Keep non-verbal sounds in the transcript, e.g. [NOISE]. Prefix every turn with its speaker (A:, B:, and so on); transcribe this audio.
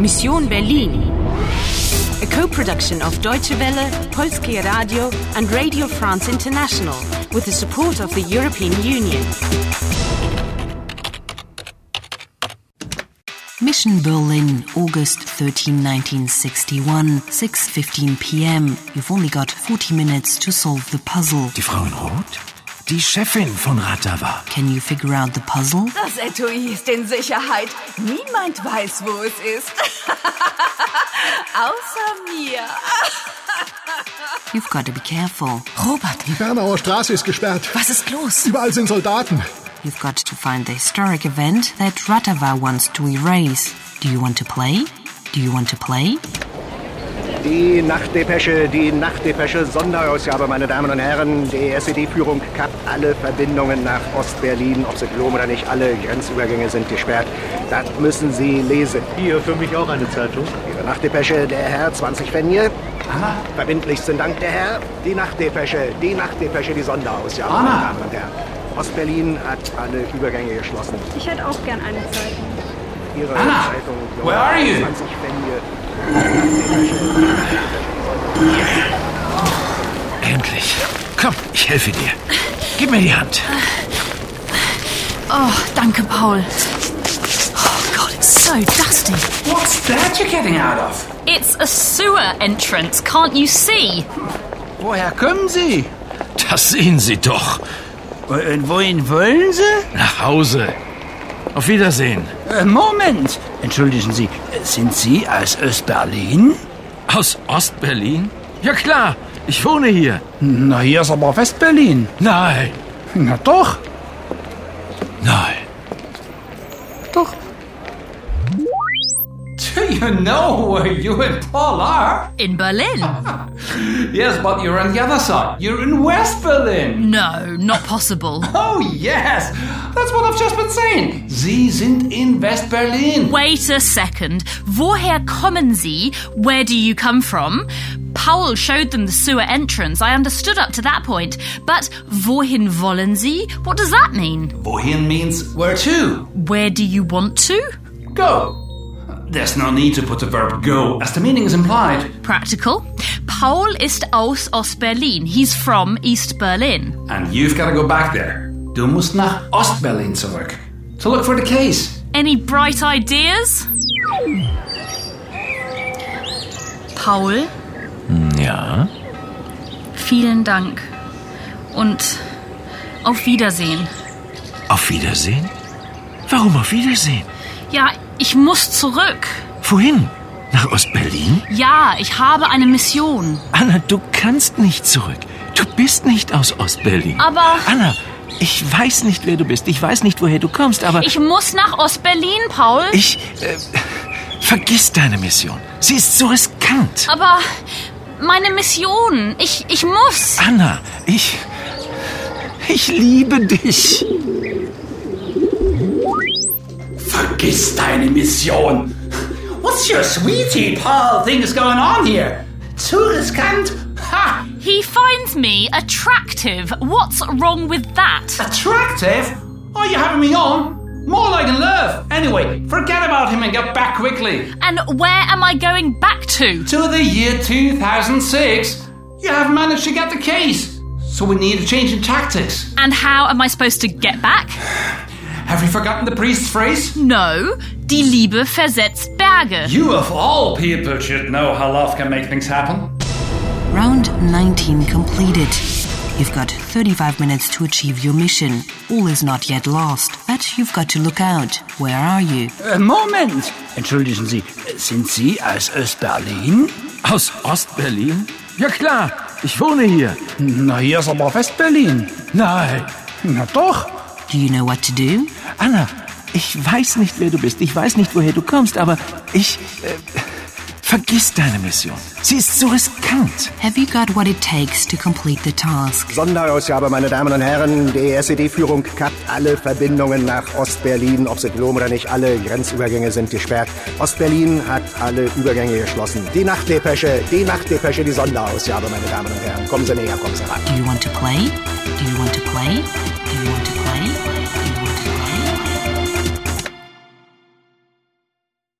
A: Mission Berlin. A co-production of Deutsche Welle, Polskie Radio and Radio France International with the support of the European Union.
B: Mission Berlin, August 13, 1961, 6.15 p.m. You've only got 40 minutes to solve the puzzle.
C: Die Frau in Rot? Die Chefin von Ratava.
B: Can you figure out the puzzle?
D: Das Etui ist in Sicherheit. Niemand weiß, wo es ist. [LAUGHS] Außer mir.
B: You've got to be careful.
E: Robert,
F: Die Bernauer Straße ist gesperrt.
E: was ist los?
F: Überall sind Soldaten.
B: You've got to find the historic event that Ratava wants to erase. Do you want to play? Do you want to play?
G: Die Nachtdepesche, die Nachtdepesche, Sonderausgabe, meine Damen und Herren. Die SED-Führung kappt alle Verbindungen nach Ostberlin, ob Sie glauben oder nicht, alle Grenzübergänge sind gesperrt. Das müssen Sie lesen.
H: Hier, für mich auch eine Zeitung.
G: Ihre Nachtdepesche, der Herr, 20 Fenje. Verbindlichsten Dank, der Herr. Die Nachtdepesche, die Nachtdepesche, die Sonderausgabe, meine Damen und Herren. Ostberlin hat alle Übergänge geschlossen.
I: Ich hätte auch gern eine Zeitung.
G: Ihre Zeitung,
C: where are you?
G: 20 Fenje.
C: Endlich. Komm, ich helfe dir. Gib mir die Hand.
D: Oh, danke, Paul.
E: Oh Gott, it's so dusty.
J: What's that you're getting out of?
K: It's a sewer entrance, can't you see?
H: Woher kommen Sie?
C: Das sehen Sie doch.
H: Äh, Und wohin wollen Sie?
C: Nach Hause. Auf Wiedersehen.
H: Äh, Moment. Entschuldigen Sie, äh, sind Sie aus Ostberlin?
C: Aus Ostberlin? Ja klar, ich wohne hier.
H: Na, hier ist aber Westberlin.
C: Nein,
H: Na doch.
C: nein.
H: Doch.
J: Do you know where you and Paul are?
K: In Berlin?
J: [LAUGHS] Yes, but you're on the other side. You're in West Berlin.
K: No, not possible.
J: [LAUGHS] Oh, yes. That's what I've just been saying. Sie sind in West Berlin.
K: Wait a second. Woher kommen Sie? Where do you come from? Powell showed them the sewer entrance. I understood up to that point. But wohin wollen Sie? What does that mean?
J: Wohin means where to.
K: Where do you want to?
J: Go. There's no need to put the verb go, as the meaning is implied.
K: Practical. Paul ist aus Ostberlin. He's from East Berlin.
J: And you've got to go back there. Du musst nach Ostberlin zurück. To look for the case.
K: Any bright ideas? Paul,
C: Ja,
K: vielen Dank. Und auf Wiedersehen.
C: auf Wiedersehen? Warum auf Wiedersehen?
K: Ja, ich muss zurück.
C: Wohin? Nach Ostberlin?
K: Ja, ich habe eine Mission.
C: Anna, du kannst nicht zurück. Du bist nicht aus Ostberlin.
K: Aber-
C: Anna, ich weiß nicht, wer du bist. Ich weiß nicht, woher du kommst, aber
K: Ich muss nach Ostberlin, Paul.
C: ich äh, vergiss deine Mission. Sie ist so riskant.
K: Aber meine Mission. Ich, ich muss.
C: Anna, ich. Ich liebe dich.
J: Vergiss deine Mission. What's your sweetie Paul thing is going on here? Zu riskant? Ha!
K: He finds me attractive. What's wrong with that?
J: Attractive? Are you having me on? More like in love. Anyway, forget about him and get back quickly.
K: And where am I going back to?
J: To the year 2006, you have managed to get the case. So we need a change in tactics.
K: And how am I supposed to get back?
J: Have you forgotten the priest's phrase?
K: No, die Liebe versetzt Berge.
J: You of all people should know how love can make things happen.
B: Round 19 completed. You've got 35 minutes to achieve your mission. All is not yet lost, but you've got to look out. Where are you?
H: Äh, Moment. Entschuldigen Sie, äh, sind Sie aus Ostberlin?
C: Aus Ostberlin? Ja klar, ich wohne hier.
H: Na, hier ist aber Westberlin.
C: Nein,
H: Na doch.
B: Do you know what to do?
C: Anna, ich weiß nicht, wer du bist. Ich weiß nicht, woher du kommst, aber ich. Äh, vergiss deine Mission. Sie ist so riskant.
B: Have you got what it takes to complete the task?
G: Sonderausgabe, meine Damen und Herren. Die SED-Führung kappt alle Verbindungen nach Ostberlin, ob sie glauben oder nicht. Alle Grenzübergänge sind gesperrt. Ostberlin hat alle Übergänge geschlossen. Die Nachtdepesche, die Nachtdepesche, die Sonderausgabe, meine Damen und Herren. Kommen Sie näher, kommen Sie ran.
B: Do you want to play? Do you want to play? Do you want to